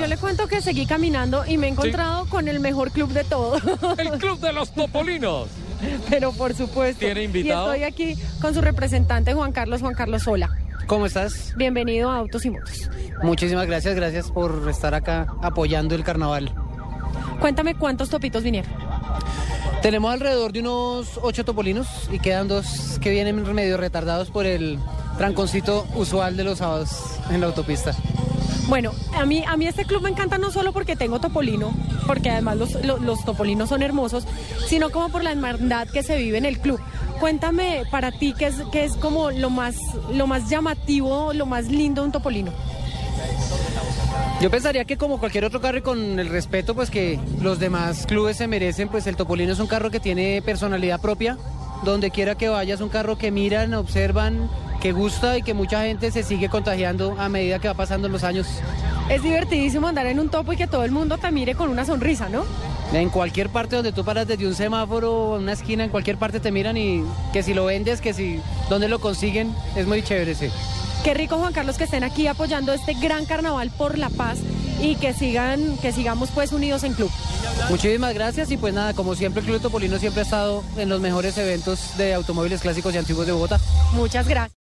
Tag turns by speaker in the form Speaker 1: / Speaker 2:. Speaker 1: Yo le cuento que seguí caminando y me he encontrado con el mejor club de todos,
Speaker 2: El Club de los Topolinos.
Speaker 1: pero por supuesto.
Speaker 2: ¿Tiene invitado?
Speaker 1: Y estoy aquí con su representante Juan Carlos, Juan Carlos Sola.
Speaker 3: ¿Cómo estás?
Speaker 1: Bienvenido a Autos y Motos.
Speaker 3: Muchísimas gracias, gracias por estar acá apoyando el carnaval.
Speaker 1: Cuéntame cuántos topitos vinieron.
Speaker 3: Tenemos alrededor de unos ocho topolinos y quedan dos que vienen medio retardados por el tranconcito usual de los sábados en la autopista.
Speaker 1: Bueno, a mí, a mí este club me encanta no solo porque tengo Topolino, porque además los, lo- los topolinos son hermosos, sino como por la hermandad que se vive en el club. Cuéntame para ti qué es, qué es como lo más, lo más llamativo, lo más lindo de un topolino.
Speaker 3: Yo pensaría que como cualquier otro carro y con el respeto pues que los demás clubes se merecen, pues el Topolino es un carro que tiene personalidad propia, donde quiera que vaya es un carro que miran, observan, que gusta y que mucha gente se sigue contagiando a medida que va pasando los años.
Speaker 1: Es divertidísimo andar en un topo y que todo el mundo te mire con una sonrisa, ¿no?
Speaker 3: En cualquier parte donde tú paras desde un semáforo, una esquina, en cualquier parte te miran y que si lo vendes, que si dónde lo consiguen, es muy chévere, sí.
Speaker 1: Qué rico, Juan Carlos, que estén aquí apoyando este gran carnaval por la paz y que sigan, que sigamos pues unidos en club.
Speaker 3: Muchísimas gracias y pues nada, como siempre el Club Topolino siempre ha estado en los mejores eventos de automóviles clásicos y antiguos de Bogotá.
Speaker 1: Muchas gracias.